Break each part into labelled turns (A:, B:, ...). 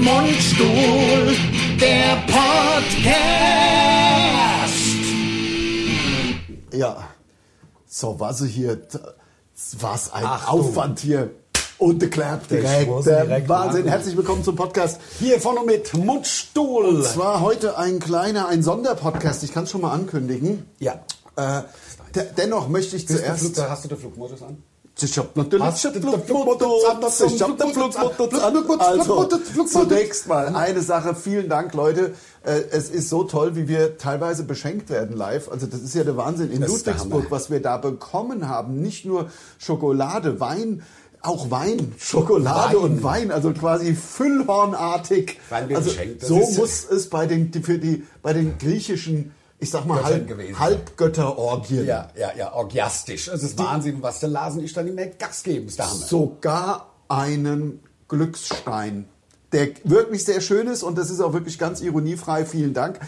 A: Mundstuhl, der Podcast.
B: Ja. So, was ich hier. t- Was ein
C: Achtung.
B: Aufwand hier. Und geklappt direkt.
C: Schuss
B: Der
C: direkt
B: Wahnsinn.
C: nach.
B: Herzlich willkommen zum Podcast.
C: Hier vorne mit Mundstuhl.
B: Zwar heute ein kleiner, ein Sonderpodcast. Ich kann es schon mal ankündigen.
C: Ja.
B: Äh, de dennoch möchte ich zuerst.
C: hast du den Flugmodus an?
B: Ich hab natürlich
C: Hast du den
B: Flugmodus
C: Flugmodus
B: an, das- ich hab den
C: Flugmodus
B: Flugmodus
C: an,
B: an.
C: Flugmodus,
B: Also,
C: Flugmodus, Flugmodus.
B: zunächst mal eine Sache. Vielen Dank, Leute. Äh, Es ist so toll, wie wir teilweise beschenkt werden live. Also das ist ja der Wahnsinn. In
C: Das ist der
B: Ludwigsburg,
C: Hammer.
B: was wir da bekommen haben, nicht nur Schokolade, Wein, auch Wein, Schokolade
C: Wein.
B: und Wein, also quasi füllhornartig.
C: Wein wird
B: also
C: beschenkt, das
B: so
C: ist-
B: muss es bei den, die- für die, bei den griechischen, ich sag mal,
C: Göttern
B: Halb,
C: gewesen.
B: Halbgötterorgien.
C: Ja, ja, ja, orgiastisch. Es ist Wahnsinn, was der Lasen ich dann immer Gas geben. Ist der Hammer.
B: sogar einen Glücksstein, der wirklich sehr schön ist und das ist auch wirklich ganz ironiefrei. Vielen Dank.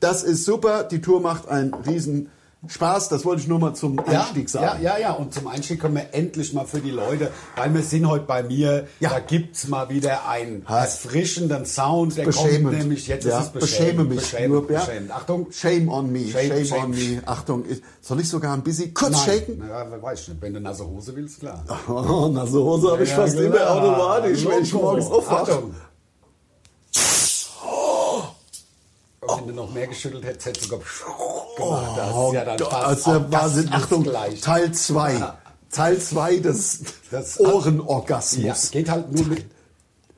B: Das ist super. Die Tour macht einen riesen Spaß. Das wollte ich nur mal zum
C: Ja,
B: Einstieg sagen.
C: Ja, ja, ja. Und zum Einstieg kommen wir endlich mal für die Leute, weil wir sind heute bei mir.
B: Ja.
C: Da gibt's mal wieder einen
B: Was?
C: erfrischenden Sound. Der
B: Beschämend.
C: kommt nämlich jetzt.
B: ja,
C: Ist es
B: beschäme
C: beschämend.
B: mich.
C: Beschämend,
B: nur, ja.
C: beschämend. Achtung.
B: Shame on me. Shame,
C: Shame,
B: on
C: shame.
B: me. Achtung. ich- Soll ich sogar ein bisschen kurz shaken?
C: Na, weiß ich nicht. Wenn du nasse Hose willst, klar.
B: Oh, na, so Hose habe ich
C: Ja,
B: fast
C: klar.
B: immer automatisch, wenn ich
C: Logo.
B: morgens aufwache.
C: Achtung. Und wenn du noch mehr geschüttelt hättest, hättest du sogar gemacht. Das ist ja dann
B: Oh Gott,
C: fast
B: also
C: auch Oh das
B: Wahnsinn,
C: ist
B: Achtung,
C: gleich.
B: Teil 2. Teil 2 des
C: Das- Ja,
B: Ohrenorgasmus.
C: geht halt nur mit...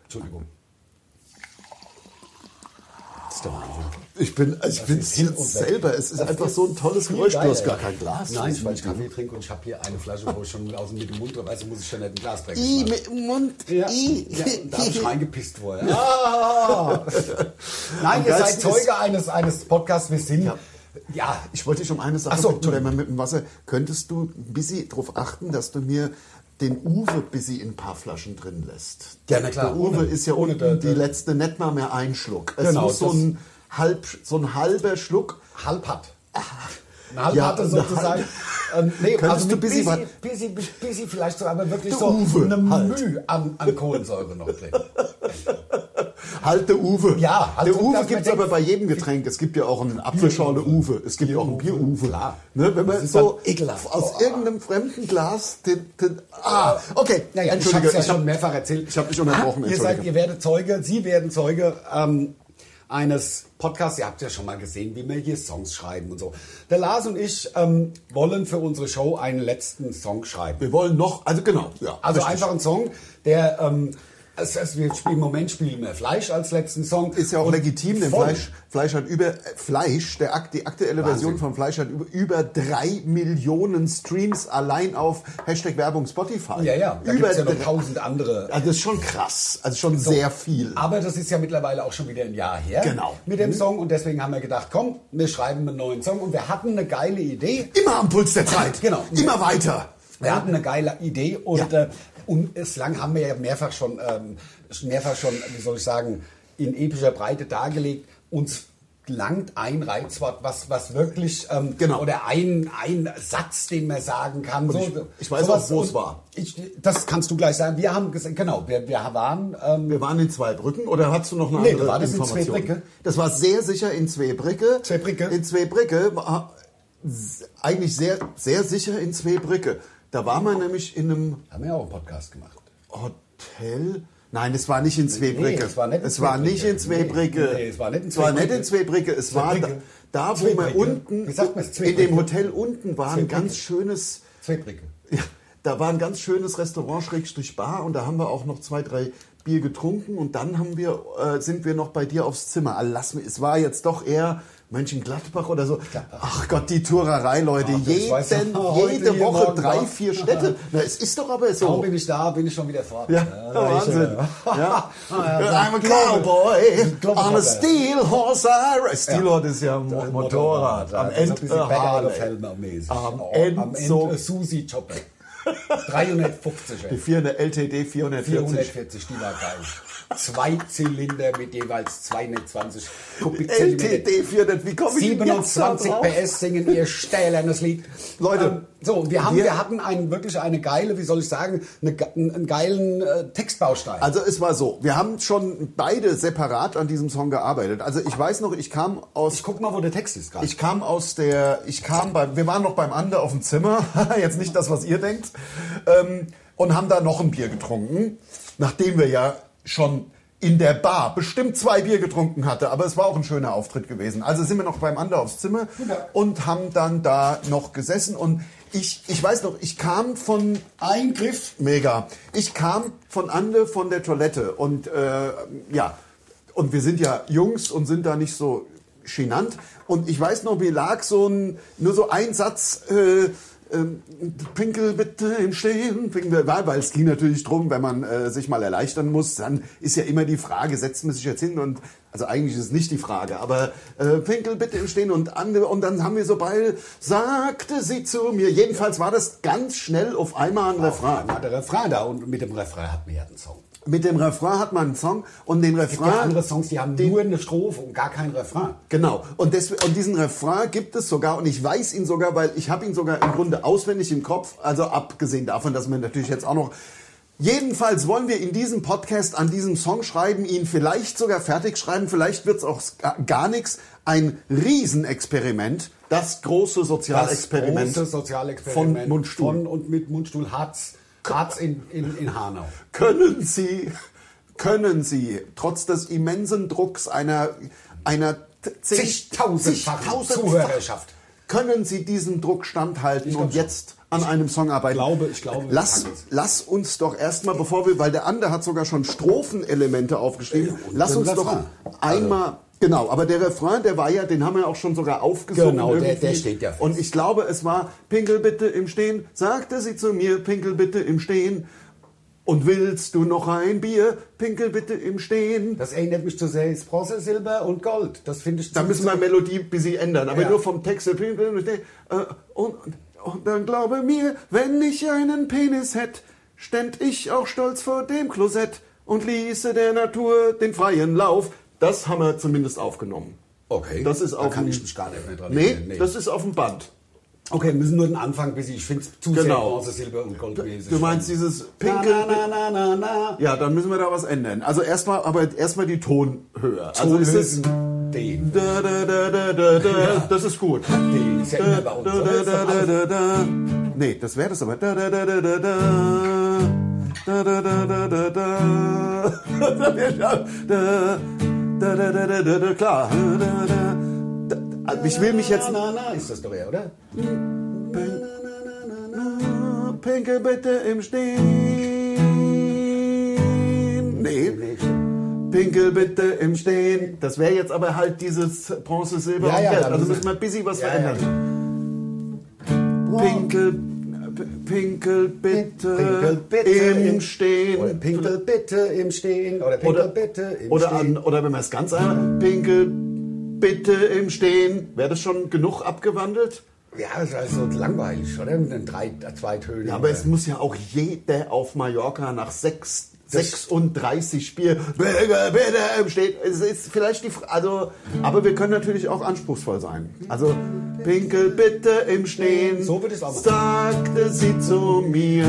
C: Entschuldigung. Das ist der Wahnsinn.
B: Ich bin, also ich bin
C: ist hin und weg.
B: selber, es ist
C: Das
B: einfach
C: ist
B: so ein tolles
C: viel
B: Geräusch, du
C: geil.
B: hast gar kein Glas.
C: Nein, weil ich Kaffee trinke und ich habe hier eine Flasche, wo ich schon aus dem mit dem Mund drauf, also muss ich schon nicht ein Glas trinken.
B: I mit dem Mund,
C: Ja,
B: I.
C: ja, da habe ich reingepisst vorher. Ah.
B: Am
C: Nein, ihr
B: geilsten
C: seid Zeuge eines, eines Podcasts. Wir sind, ja,
B: Ich wollte dich um eine Sache
C: Ach so,
B: bitten, wenn man mit dem Wasser, könntest du ein bisschen darauf achten, dass du mir den Uwe ein bisschen in ein paar Flaschen drin lässt.
C: Ja, na klar,
B: Der Uwe
C: ohne-
B: ist ja
C: ohne
B: unten
C: der-
B: die
C: der-
B: letzte nicht mal mehr ein Schluck. Es
C: Genau,
B: muss so
C: das-
B: ein, halb, so ein halber Schluck
C: halb hat. Eine halb
B: Ja, halt,
C: hatte
B: eine
C: halt, sozusagen. Ähm, nee,
B: Könntest
C: also
B: du
C: mit
B: bisschen
C: bisschen,
B: was-
C: bisschen, bisschen, bisschen vielleicht so, aber wirklich
B: Der
C: so
B: Uwe
C: eine
B: halt.
C: Mühe an, an Kohlensäure noch drin.
B: Halt der Uwe.
C: Ja, halt
B: der
C: so,
B: Uwe
C: dass
B: gibt es
C: man
B: aber
C: denkt-
B: bei jedem Getränk. Es gibt ja auch einen Apfelschorle Uwe. Es gibt ja auch einen
C: Bier-Uwe,
B: Bier-Uwe.
C: klar.
B: Ne, wenn
C: Das
B: man
C: ist
B: so
C: dann ekelhaft. Oh.
B: aus
C: Boah.
B: irgendeinem fremden Glas den, den Ah, okay.
C: Naja,
B: Entschuldige,
C: ich habe
B: ich
C: ja schon
B: habe
C: mehrfach erzählt.
B: ich hab dich unterbrochen,
C: Ihr, seid,
B: Entschuldige.
C: ihr werdet Zeuge, Sie werden Zeuge ähm, eines Podcasts. Ihr habt ja schon mal gesehen, wie wir hier Songs schreiben und so. Der Lars und ich ähm, wollen für unsere Show einen letzten Song schreiben.
B: wir wollen noch, also genau. Ja,
C: Also
B: richtig.
C: einfach einen Song, der... Ähm, es, es, wir spielen, Im Moment spielen wir Fleisch als letzten Song.
B: Ist ja auch
C: Und
B: legitim, denn
C: voll.
B: Fleisch, Fleisch hat über äh, Fleisch, der, akt- die aktuelle Version von Fleisch hat über, über drei Millionen Streams allein auf Hashtag Werbung Spotify.
C: Ja, ja, da
B: über
C: gibt's ja noch
B: drei-
C: tausend andere.
B: also das ist schon krass, also schon sehr viel.
C: Aber das ist ja mittlerweile auch schon wieder ein Jahr her
B: Genau.
C: mit dem Song und deswegen haben wir gedacht, komm, wir schreiben einen neuen Song und wir hatten eine geile Idee.
B: Immer am Puls der Zeit.
C: Genau.
B: Immer weiter.
C: Wir hatten eine geile Idee und
B: Ja.
C: äh, und bislang haben wir ja mehrfach schon, ähm, mehrfach schon, wie soll ich sagen, in epischer Breite dargelegt, uns langt ein Reizwort, was, was wirklich, ähm,
B: Genau.
C: oder ein, ein Satz, den man sagen kann. So,
B: ich- ich weiß
C: sowas.
B: auch, wo es
C: Und
B: war.
C: Ich, das kannst du gleich sagen. Wir haben gesagt, genau, wir, wir waren ähm,
B: Wir waren in Zweibrücken oder hast du noch eine
C: Nee,
B: andere
C: war das in
B: Information?
C: Zweibrücke?
B: Das war sehr sicher in Zweibrücke.
C: Zweibrücke?
B: In Zweibrücke war s- eigentlich sehr, sehr sicher in Zweibrücke. Da war man nämlich in einem
C: haben wir auch einen Podcast gemacht.
B: Hotel. Nein, es war nicht in Zweibrücke.
C: es war nicht in
B: es war
C: Zweibrücke.
B: nicht in Zweibrücke.
C: Nee, nee, es war nicht in
B: Es war nicht in
C: Zweibrücke.
B: Zweibrücke. Es war da,
C: Zweibrücke.
B: da wo wir
C: Zweibrücke.
B: unten,
C: Wie sagt man es?
B: in dem
C: Zweibrücke?
B: Hotel unten war ein
C: Zweibrücke.
B: ganz schönes...
C: Zweibrücke.
B: Ja, da war ein ganz schönes Restaurant Schrägstrich Bar und da haben wir auch noch zwei, drei Bier getrunken und dann haben wir, äh, sind wir noch bei dir aufs Zimmer. Ah, lass mich, es war jetzt doch eher Mönchengladbach oder so. Ach Gott, die Tourerei, Leute.
C: Ach, ich
B: Jeden,
C: weiß noch, heute
B: jede
C: hier
B: Woche
C: morgen
B: drei,
C: war-
B: vier Städte. Na, es ist doch aber
C: Kaum
B: so.
C: bin ich da, bin ich schon wieder fort.
B: Ja,
C: da
B: der
C: war ich,
B: Wahnsinn.
C: äh,
B: Ja.
C: Ah, ja,
B: I'm a
C: Global.
B: cowboy
C: Global.
B: on a steel horse I ride. Steel Horse ist ja ein Mo-
C: Ein
B: Motorrad.
C: Motorrad.
B: Am
C: Das ist ein
B: Ende
C: bisschen Better
B: Harley.
C: of Hell mäßig.
B: Am
C: Oh,
B: End
C: am Ende
B: so-
C: Susi Chopper. 350,
B: Die
C: ey.
B: 400 LTD 440.
C: 440, die war geil. Zwei Zylinder mit jeweils 220 Kubikzentimeter.
B: LTD 400, wie komme ich denn jetzt da
C: 27
B: drauf?
C: PS singen ihr stählernes Lied.
B: Leute,
C: ähm, so wir haben,
B: wir-
C: wir, hatten einen wirklich eine geile, wie soll ich sagen, eine, ge- einen, einen geilen äh, Textbaustein.
B: Also es war so, wir haben schon beide separat an diesem Song gearbeitet. Also ich weiß noch, ich kam aus
C: ich guck mal, wo der Text ist gerade.
B: Ich kam aus der, ich kam beim, wir waren noch beim Ander auf dem Zimmer, jetzt nicht das, was ihr denkt, ähm, und haben da noch ein Bier getrunken, nachdem wir ja schon in der Bar bestimmt zwei Bier getrunken hatte, aber es war auch ein schöner Auftritt gewesen. Also sind wir noch beim Ander aufs Zimmer und haben dann da noch gesessen und ich, ich weiß noch, ich kam von
C: Eingriff.
B: Mega. Ich kam von Ande von der Toilette und äh, ja, und wir sind ja Jungs und sind da nicht so genannt. Und ich weiß noch, mir lag so ein, nur so ein Satz, äh, ähm, Pinkel bitte im Stehen, Pinkel, weil weil es ging natürlich drum, wenn man äh, sich mal erleichtern muss, dann ist ja immer die Frage, setzt man sich jetzt hin und also eigentlich ist es nicht die Frage, aber äh, Pinkel bitte im Stehen und andere und dann haben wir so beide, sagte sie zu mir. Jedenfalls war das ganz schnell auf einmal ein Refrain.
C: War der Refrain da und mit dem Refrain hatten wir ja einen Song.
B: Mit dem Refrain hat man einen Song und den Refrain.
C: Ja, andere Songs, die haben nur eine Strophe und gar kein Refrain.
B: Genau. Und, des, und diesen Refrain gibt es sogar und ich weiß ihn sogar, weil ich habe ihn sogar im Grunde auswendig im Kopf. Also abgesehen davon, dass man natürlich jetzt auch noch. Jedenfalls wollen wir in diesem Podcast an diesem Song schreiben, ihn vielleicht sogar fertig schreiben, vielleicht wird's auch ga- gar nichts. Ein Riesenexperiment, das große Sozialexperiment
C: große Sozialexperiment
B: von Mundstuhl.
C: von und mit Mundstuhl Harz, Harz in, in, in Hanau.
B: können Sie, können Sie trotz des immensen Drucks einer, einer t- zig-
C: Zigtausendfachen Zuhörerschaft.
B: können Sie diesem Druck standhalten und jetzt an einem Song arbeiten?
C: glaube, ich glaube, wir
B: Lass,
C: packen es.
B: lass uns doch erstmal, bevor wir, weil der andere hat sogar schon Strophenelemente aufgeschrieben,
C: Ja, und
B: lass
C: den
B: uns doch
C: Refrain.
B: einmal.
C: Also.
B: Genau, aber der Refrain, der war ja, den haben wir auch schon sogar aufgesungen.
C: Genau, der-
B: irgendwie.
C: der steht ja fest.
B: Und ich glaube, es war Pinkel bitte im Stehen, sagte sie zu mir, Pinkel bitte im Stehen. Und willst du noch ein Bier? Pinkel bitte im Stehen.
C: Das erinnert mich zu sehr ins Bronze, Silber und Gold. Das finde ich
B: Da müssen wir Melodie ein bisschen ändern, aber
C: Ja.
B: nur vom Text. her. Pinkel im Stehen. Äh, Und, und dann glaube mir, wenn ich einen Penis hätt, ständ ich auch stolz vor dem Klosett und ließe der Natur den freien Lauf. Das haben wir zumindest aufgenommen.
C: Okay,
B: Das ist
C: da
B: auf
C: kann
B: dem-
C: ich mich gar nicht mehr dran
B: Nee,
C: erinnern.
B: das ist auf dem Band.
C: okay, wir müssen nur den Anfang bis ich finde es zu sehr
B: Genau.
C: Bronze, Silber und Gold mäßig.
B: Du meinst dieses
C: na,
B: Pinkel...
C: na, na, na, na.
B: Ja, dann müssen wir da was ändern. Also erstmal, aber erstmal die Tonhöhe. Also
C: Also
B: ist es
C: den.
B: da, da, da, da, da, da. Das ist gut.
C: Den ist ja
B: Da,
C: immer
B: da,
C: bei uns.
B: da,
C: oder?
B: da, da, da, da. Nee, das wäre das aber. Da, da, da, da, da, da. Da, da, da, da, da, da. Da, da, da, da, da, da, da. Klar. Da, da, da. Da, also Ich will mich jetzt.
C: Na, na, na, ist das doch eher, oder?
B: Pinkel bitte im Stehen. Nee. Pinkel bitte im Stehen. Das wäre jetzt aber halt dieses Bronze, Silber
C: Ja,
B: und
C: ja,
B: Geld.
C: da
B: Also
C: müssen
B: müssen wir ein bisschen was
C: Ja,
B: verändern. Pinkel, p- Pinkel bitte,
C: Pinkel bitte
B: im
C: im-
B: Stehen.
C: Oder Pinkel bitte im Stehen. Oder Pinkel
B: oder,
C: bitte im
B: oder,
C: Stehen.
B: an, oder wenn man es ganz einfach, Pinkel bitte im Stehen. Wäre das schon genug abgewandelt?
C: ja, das ist also langweilig, oder? Mit den drei, äh, zwei Tönen.
B: Ja, aber es muss ja auch jeder auf Mallorca nach sechs, 36 Bier Burger, bitte im Stehen. Es ist vielleicht die Fra- also, aber wir können natürlich auch anspruchsvoll sein. Also Pinkel bitte im Stehen.
C: So würde ich's auch machen.
B: Sagte sie zu mir.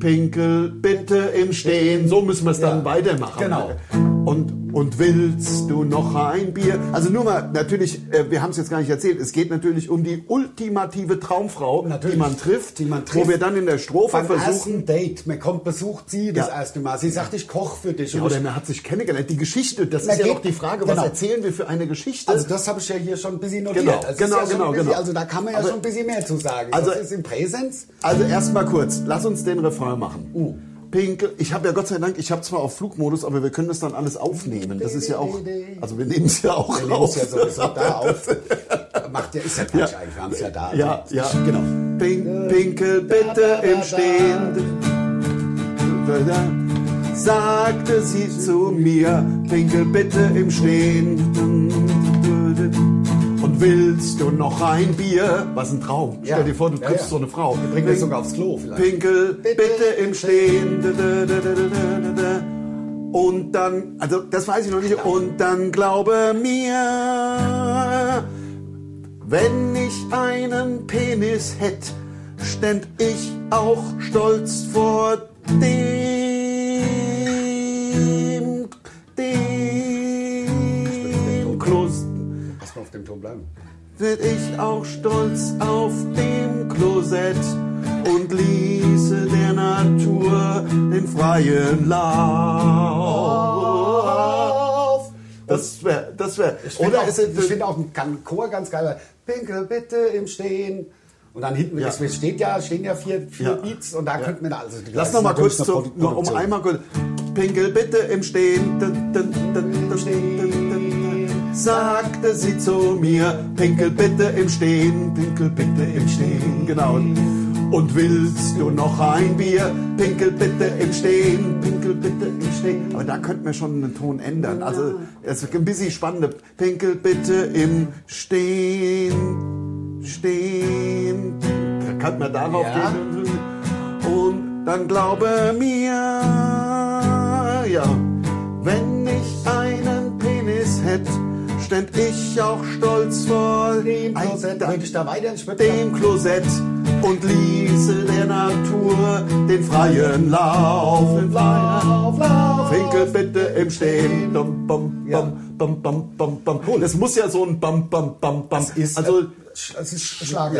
B: Pinkel bitte im Stehen. So müssen wir es dann
C: Ja,
B: weitermachen.
C: genau.
B: Und, und willst du noch ein Bier? Also nur mal, natürlich, äh, wir haben es jetzt gar nicht erzählt, es geht natürlich um die ultimative Traumfrau, die
C: Natürlich.
B: man trifft,
C: Die man trifft.
B: wo wir dann in der Strophe
C: beim
B: versuchen.
C: ersten Date. Man kommt, besucht sie das
B: Ja.
C: erste Mal. Sie sagt, ich koch für dich.
B: Ja,
C: Und
B: oder man hat sich kennengelernt. Die Geschichte, das
C: Na,
B: ist ja
C: geht-
B: noch die Frage, was
C: genau.
B: erzählen wir für eine Geschichte?
C: Also das habe ich ja hier schon ein bisschen notiert.
B: Genau,
C: das ist
B: genau,
C: ja schon
B: genau,
C: ein bisschen,
B: genau.
C: Also da kann man ja
B: Aber-
C: schon ein bisschen mehr zu sagen.
B: Also-
C: das ist im Präsens.
B: Also erstmal kurz, lass uns den Refrain machen.
C: Uh.
B: Pinkel, ich habe ja Gott sei Dank, ich habe zwar auf Flugmodus, aber wir können das dann alles aufnehmen. Das ist ja auch, also wir nehmen es ja auch
C: Wir nehmen
B: auf.
C: es ja sowieso da auf. Macht ja, ist ja Quatsch eigentlich, wir haben es ja da.
B: Ja, ja,
C: genau.
B: Pin, Pinkel bitte im Stehen. Sagte sie zu mir, Pinkel bitte im Stehen. Und Willst du noch ein Bier? Was ein Traum.
C: Ja.
B: Stell dir vor, du
C: Ja,
B: triffst
C: ja.
B: so eine Frau.
C: Die bringen dich sogar aufs Klo vielleicht.
B: Pinkel,
C: Bitte
B: bitte, im Stehen. Da, da, da, da, da, da, da. Und dann, also das weiß ich noch nicht. Und dann glaube mir, wenn ich einen Penis hätt, ständ ich auch stolz vor dem, dem Kloster.
C: Lass mal auf dem Ton bleiben.
B: Werd ich auch stolz auf dem Klosett und ließe der Natur den freien Lauf.
C: Auf!
B: Das wäre, das wäre.
C: Ich finde
B: Oder
C: auch,
B: ist
C: ich
B: es,
C: find auch einen Gan- Chor ganz geil. weil Pinkel bitte im Stehen. Und dann hinten
B: Ja.
C: es steht ja, stehen ja vier, vier
B: Ja.
C: Beats und da könnten wir da also
B: Lass noch mal kurz
C: zu,
B: zu, nur um einmal kurz. Pinkel bitte im Stehen, dun, dun, dun, dun, dun, dun, dun, sagte sie zu mir. Pinkel bitte im Stehen, Pinkel bitte im Stehen, genau. Und willst du noch ein Bier? Pinkel bitte im Stehen, Pinkel bitte im Stehen. Aber da könnten wir schon einen Ton ändern. Also es ist ein bisschen spannender. Pinkel bitte im Stehen, Stehen. Da könnte man darauf
C: Ja.
B: gehen. Und dann glaube mir, ja, wenn ich einen Penis hätte, ständ ich auch stolz vor
C: Dem
B: ein-
C: Klosett
B: da-
C: würde Also, ich da weiter ins Schwimmbad.
B: dem Klosett und ließe der Natur den freien Lauf. Den freien
C: Lauf, lauf!
B: Pinkel bitte im Stehen. Bum, bum,
C: Ja.
B: bum, bum, bum, bum, bum. Das muss ja so ein Bum, bum, bum, bum.
C: Ist, also,
B: also
C: äh, Sch- es ist Schlager.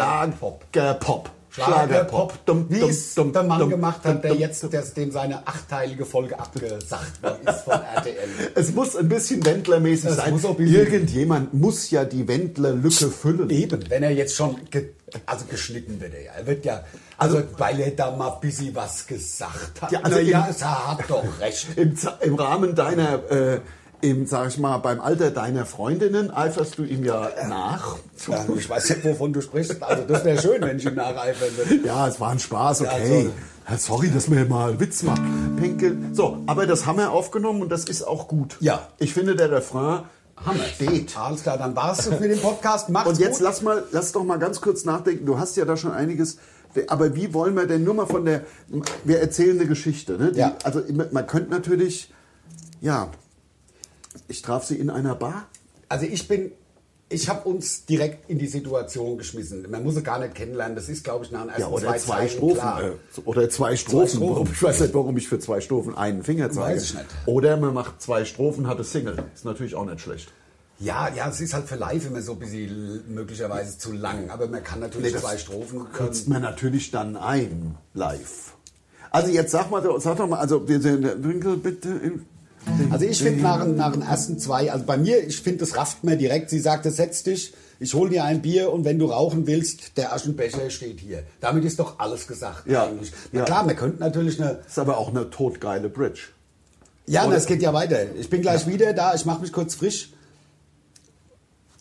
B: Schlagerpop.
C: Schlagerpop,
B: Dum,
C: wie
B: dum,
C: es
B: dum,
C: der Mann
B: dum,
C: gemacht
B: dum,
C: hat, der
B: dum,
C: jetzt der, dem seine achteilige Folge abgesagt worden ist von RTL.
B: Es muss ein bisschen Wendlermäßig
C: Es
B: sein.
C: muss auch ein bisschen-
B: Irgendjemand muss ja die Wendlerlücke füllen.
C: Eben, wenn er jetzt schon, ge also geschnitten wird er ja. Er wird ja, also, weil er da mal ein bisschen was gesagt hat.
B: Ja, also
C: Na
B: im-
C: ja, es hat doch recht.
B: Im, Z- Im Rahmen deiner, äh, im, sag ich mal, beim Alter deiner Freundinnen eiferst du ihm ja nach.
C: Ja, ich weiß nicht, wovon du sprichst. Also das wäre schön, wenn ich ihm nacheifern würde.
B: Ja, es war ein Spaß,
C: Ja,
B: okay.
C: also-
B: Ja, sorry, dass wir mal Witz machen. Pinkel. So, aber das haben wir aufgenommen und das ist auch gut.
C: Ja.
B: Ich finde, der Refrain steht.
C: Alles klar, dann war's das für den Podcast. Macht's
B: Und jetzt
C: gut.
B: lass mal, lass doch mal ganz kurz nachdenken. Du hast ja da schon einiges. Aber wie wollen wir denn nur mal von der? Wir erzählen eine Geschichte. Ne? Die,
C: Ja.
B: Also man könnte natürlich, ja, ich traf sie in einer Bar.
C: Also ich bin, ich habe uns direkt in die Situation geschmissen. Man muss sie gar nicht kennenlernen. Das ist, glaube ich, nach den ersten
B: Ja, oder
C: zwei,
B: Also zwei,
C: Zeilen
B: Strophen.
C: klar.
B: äh, Oder zwei Strophen.
C: Strophen.
B: Warum, ich weiß nicht, warum ich für zwei Strophen einen Finger zeige.
C: Weiß ich nicht.
B: Oder man macht zwei Strophen, hat eine Single. Ist natürlich auch nicht schlecht.
C: Ja, ja, es ist halt für live immer so ein bisschen möglicherweise zu lang. Aber man kann natürlich
B: Nee, das
C: zwei Strophen.
B: kürzt man natürlich dann ein live. Also jetzt sag mal, sag doch mal, also wir sind Winkel bitte. im-
C: Also ich finde nach, den- nach den ersten zwei, also bei mir, ich finde, das rafft mir direkt. Sie sagte, setz dich, ich hol dir ein Bier und wenn du rauchen willst, der Aschenbecher steht hier. Damit ist doch alles gesagt
B: Ja.
C: eigentlich. Na
B: Ja.
C: klar, wir könnten natürlich eine...
B: Ist aber auch eine totgeile Bridge.
C: Ja,
B: Oder-
C: das geht ja weiter. Ich bin gleich wieder da, ich mache mich kurz frisch.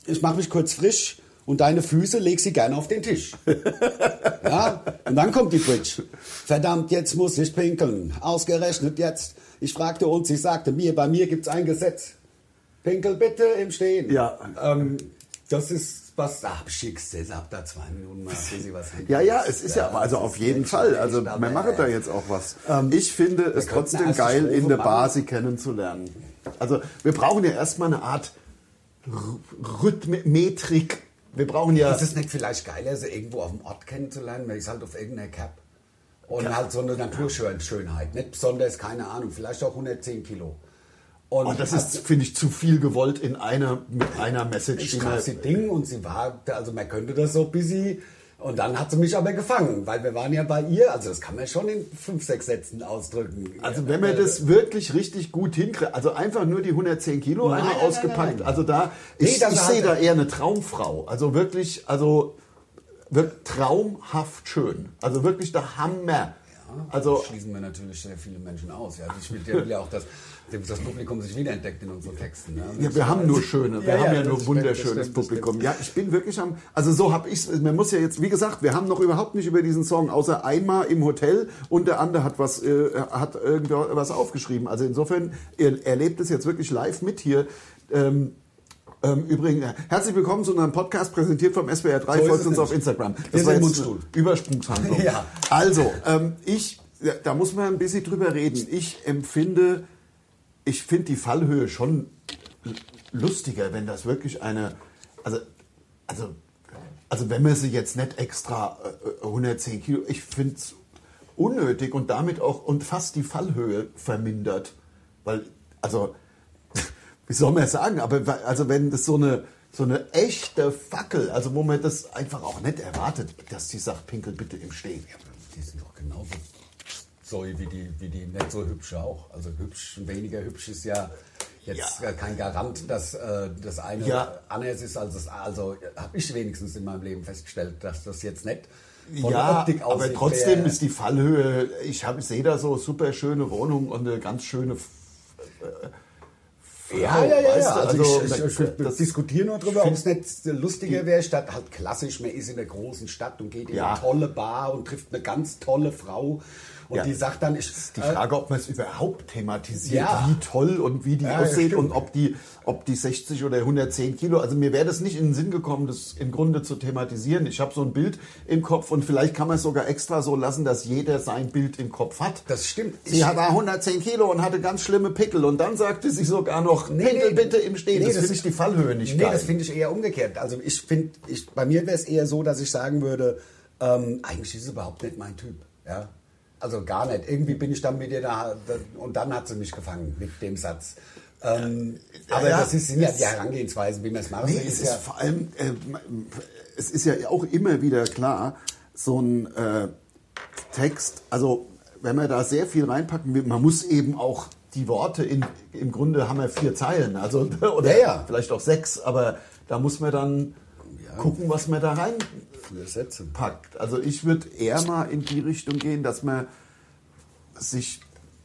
C: Ich mache mich kurz frisch und deine Füße leg sie gerne auf den Tisch. ja, und dann kommt die Bridge. Verdammt, jetzt muss ich pinkeln. Ausgerechnet jetzt. Ich fragte und sie sagte mir, bei mir gibt's ein Gesetz. Pinkel bitte im Stehen.
B: Ja.
C: Ähm, das ist was, ach, schickst du, ab da zwei Minuten mal, für sie was
B: Ja, ja, es ist ja, also auf jeden Fall. Also man macht da jetzt auch was.
C: Ähm,
B: Ich finde es
C: könnten
B: trotzdem
C: erste
B: geil,
C: Strophe
B: in der Bar
C: machen.
B: sie kennenzulernen. Also wir brauchen ja erstmal eine Art R- Rhythmetrik. Wir brauchen ja.
C: Ist es nicht vielleicht geiler, sie irgendwo auf dem Ort kennenzulernen? Man ist halt auf irgendeiner Cap. Und halt so eine Naturschönheit. Nicht besonders, keine Ahnung, vielleicht auch 110 Kilo. Und
B: Oh, das ist, finde ich, zu viel gewollt in einer mit einer Message.
C: Ich
B: die
C: traf
B: man-
C: sie Ding und sie war, also man könnte das so busy. Und dann hat sie mich aber gefangen, weil wir waren ja bei ihr. Also das kann man schon in fünf, sechs Sätzen ausdrücken. äh,
B: Also wenn man das wirklich richtig gut hinkriegt, also einfach nur die 110 Kilo
C: Nein,
B: einmal
C: nein, nein,
B: ausgepackt.
C: nein.
B: Also da,
C: Nee,
B: ich,
C: das
B: ich
C: hat
B: sehe
C: er-
B: da eher eine Traumfrau. Also wirklich, also wird traumhaft schön. Also wirklich der Hammer.
C: Also
B: Also
C: schließen wir natürlich sehr viele Menschen aus. Ja. Also ich will ja- will ja auch, dass das Publikum sich wiederentdeckt in unseren Texten. Ne?
B: Ja, wir haben nur schöne, wir
C: Ja, ja,
B: haben ja,
C: das
B: nur
C: stimmt, das
B: wunderschönes
C: stimmt, das
B: Publikum. Ja, ich bin wirklich am, also so habe ich, man muss ja jetzt, wie gesagt, wir haben noch überhaupt nicht über diesen Song, außer einmal im Hotel und der andere hat was, äh, hat irgendwas aufgeschrieben. Also insofern, ihr erlebt es jetzt wirklich live mit hier. Ähm, Ähm, übrigens, herzlich willkommen zu unserem Podcast, präsentiert vom SWR 3.
C: So ist
B: Folgt
C: es
B: uns auf
C: nämlich.
B: Instagram.
C: Wir
B: war
C: sind
B: jetzt
C: Mundstuhl.
B: eine Übersprungshandlung.
C: Ja.
B: Also, ähm, ich, ja, da muss man ein bisschen drüber reden. Ich empfinde, ich finde die Fallhöhe schon lustiger, wenn das wirklich eine, also, also, also wenn man sie jetzt nicht extra äh, 110 Kilo, ich finde es unnötig und damit auch und fast die Fallhöhe vermindert, weil, also, wie soll man sagen, aber wa- also wenn das so eine so eine echte Fackel, also wo man das einfach auch nicht erwartet, dass die sagt, pinkel bitte im Stehen.
C: Die sind doch genauso so wie die, wie die nicht so hübsche auch. Also hübsch, weniger hübsch ist ja jetzt
B: Ja.
C: äh, kein Garant, dass äh, das eine
B: Ja.
C: anders ist als das Also habe ich wenigstens in meinem Leben festgestellt, dass das jetzt nicht von
B: ja,
C: Optik aus
B: aber trotzdem ist die Fallhöhe, ich, hab- ich sehe da so super schöne Wohnungen und eine ganz schöne F- äh,
C: Ja,
B: Frau,
C: ja, ja.
B: weißt
C: ja.
B: du,
C: Also, ich, ich, ich,
B: das-
C: diskutiere nur drüber, ob
B: find-
C: es nicht lustiger wäre, statt halt klassisch, man ist in der großen Stadt und geht in
B: Ja.
C: eine tolle Bar und trifft eine ganz tolle Frau und
B: Ja.
C: die sagt dann, ich, äh,
B: Die Frage, ob man es überhaupt thematisiert,
C: Ja.
B: wie toll und wie die
C: Ja, ja,
B: aussehen
C: stimmt.
B: und ob die, ob die 60 oder 110 Kilo. Also mir wäre das nicht in den Sinn gekommen, das im Grunde zu thematisieren. Ich habe so ein Bild im Kopf und vielleicht kann man es sogar extra so lassen, dass jeder sein Bild im Kopf hat.
C: Das stimmt.
B: Sie
C: Ich-
B: war 110 Kilo und hatte ganz schlimme Pickel und dann sagte sie sogar noch,
C: Nee,
B: Pickel
C: nee.
B: bitte im Stehen.
C: Nee,
B: das
C: das-
B: finde ich die Fallhöhe nicht
C: nee,
B: geil.
C: das finde ich eher umgekehrt. Also ich finde, ich, bei mir wäre es eher so, dass ich sagen würde, ähm, eigentlich ist es überhaupt nicht mein Typ. Ja? Also gar nicht. Irgendwie bin ich dann mit ihr da da- und dann hat sie mich gefangen mit dem Satz. Ähm,
B: Ja,
C: aber
B: ja,
C: das ist, sind ja
B: es-
C: die Herangehensweisen, wie man es macht.
B: Nee,
C: Das
B: es ist
C: ja,
B: vor allem, äh, es ist ja auch immer wieder klar, so ein äh, Text, also wenn man da sehr viel reinpacken will, man muss eben auch die Worte, in, im Grunde haben wir vier Zeilen, also oder
C: Ja, ja.
B: vielleicht auch sechs, aber da muss man dann gucken, was man da reinpackt.
C: vier Sätze.
B: Also ich würde eher mal in die Richtung gehen, dass man sich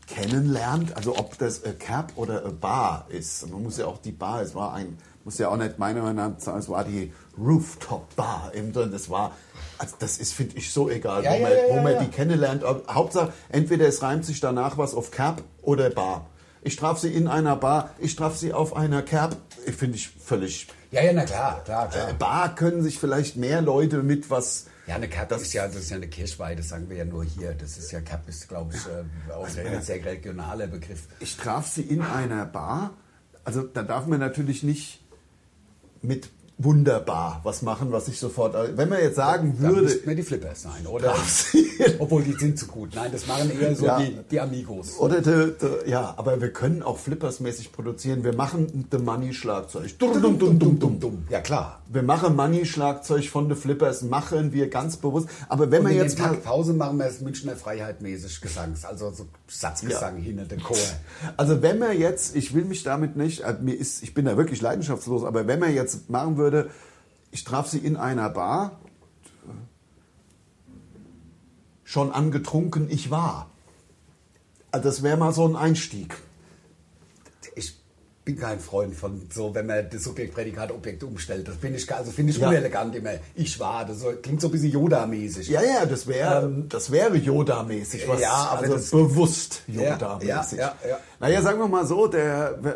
B: kennenlernt, also ob das a Cap oder a Bar ist. Man muss ja auch die Bar, es war ein, muss ja auch nicht meiner Meinung nach sagen, es war die Rooftop Bar im Sinne, das war, also das ist, finde ich, so egal,
C: Ja,
B: wo,
C: ja,
B: man,
C: ja,
B: wo
C: ja,
B: man
C: ja.
B: die kennenlernt. Aber Hauptsache, entweder es reimt sich danach was auf Cap oder Bar. Ich traf sie in einer Bar, ich traf sie auf einer Cap, Ich finde ich völlig...
C: Ja, ja, na klar, klar,
B: Äh,
C: klar.
B: Bar können sich vielleicht mehr Leute mit was...
C: Ja, eine Cap ist ja, das ist ja eine Kirchweihe, das sagen wir ja nur hier. Das ist ja Cap ist, glaube ich, äh, auch
B: Also,
C: ein sehr regionaler Begriff.
B: ich traf sie in einer Bar. Also da darf man natürlich nicht mit wunderbar was machen, was ich sofort. also, Wenn man jetzt sagen
C: Da
B: würde,
C: müssten mir die Flippers sein, oder?
B: Absolut.
C: Obwohl, die sind zu gut. Nein, das machen eher so
B: Ja.
C: die, die Amigos.
B: oder de, de, ja, aber wir können auch flippersmäßig produzieren. Wir machen The Money Schlagzeug. Dum, dum, dum, dum, dum, dum.
C: Ja, klar.
B: Wir machen Money Schlagzeug von The Flippers, machen wir ganz bewusst. Aber wenn
C: Und
B: man
C: in
B: jetzt
C: den
B: mal,
C: Tag Pause machen wir es Münchner Freiheit mäßig Gesangs, also so Satzgesang
B: Ja.
C: hinter dem Chor.
B: Also wenn man jetzt, ich will mich damit nicht, äh, mir ist, ich bin da wirklich leidenschaftslos, aber wenn man jetzt machen würde, ich traf sie in einer Bar, äh, schon angetrunken ich war. Also das wäre mal so ein Einstieg.
C: Ich bin kein Freund von so, wenn man das Subjekt, Prädikat, Objekt umstellt. Das finde ich, gar- also finde ich
B: Ja.
C: unelegant immer. Ich war, das so, klingt so ein bisschen Yoda-mäßig.
B: Ja, ja, das wäre das wäre Yoda-mäßig. was-
C: Ähm, Ja, aber
B: also
C: das-
B: bewusst
C: Ja,
B: Yoda-mäßig.
C: ja, ja, ja.
B: Naja, sagen wir mal so, der äh,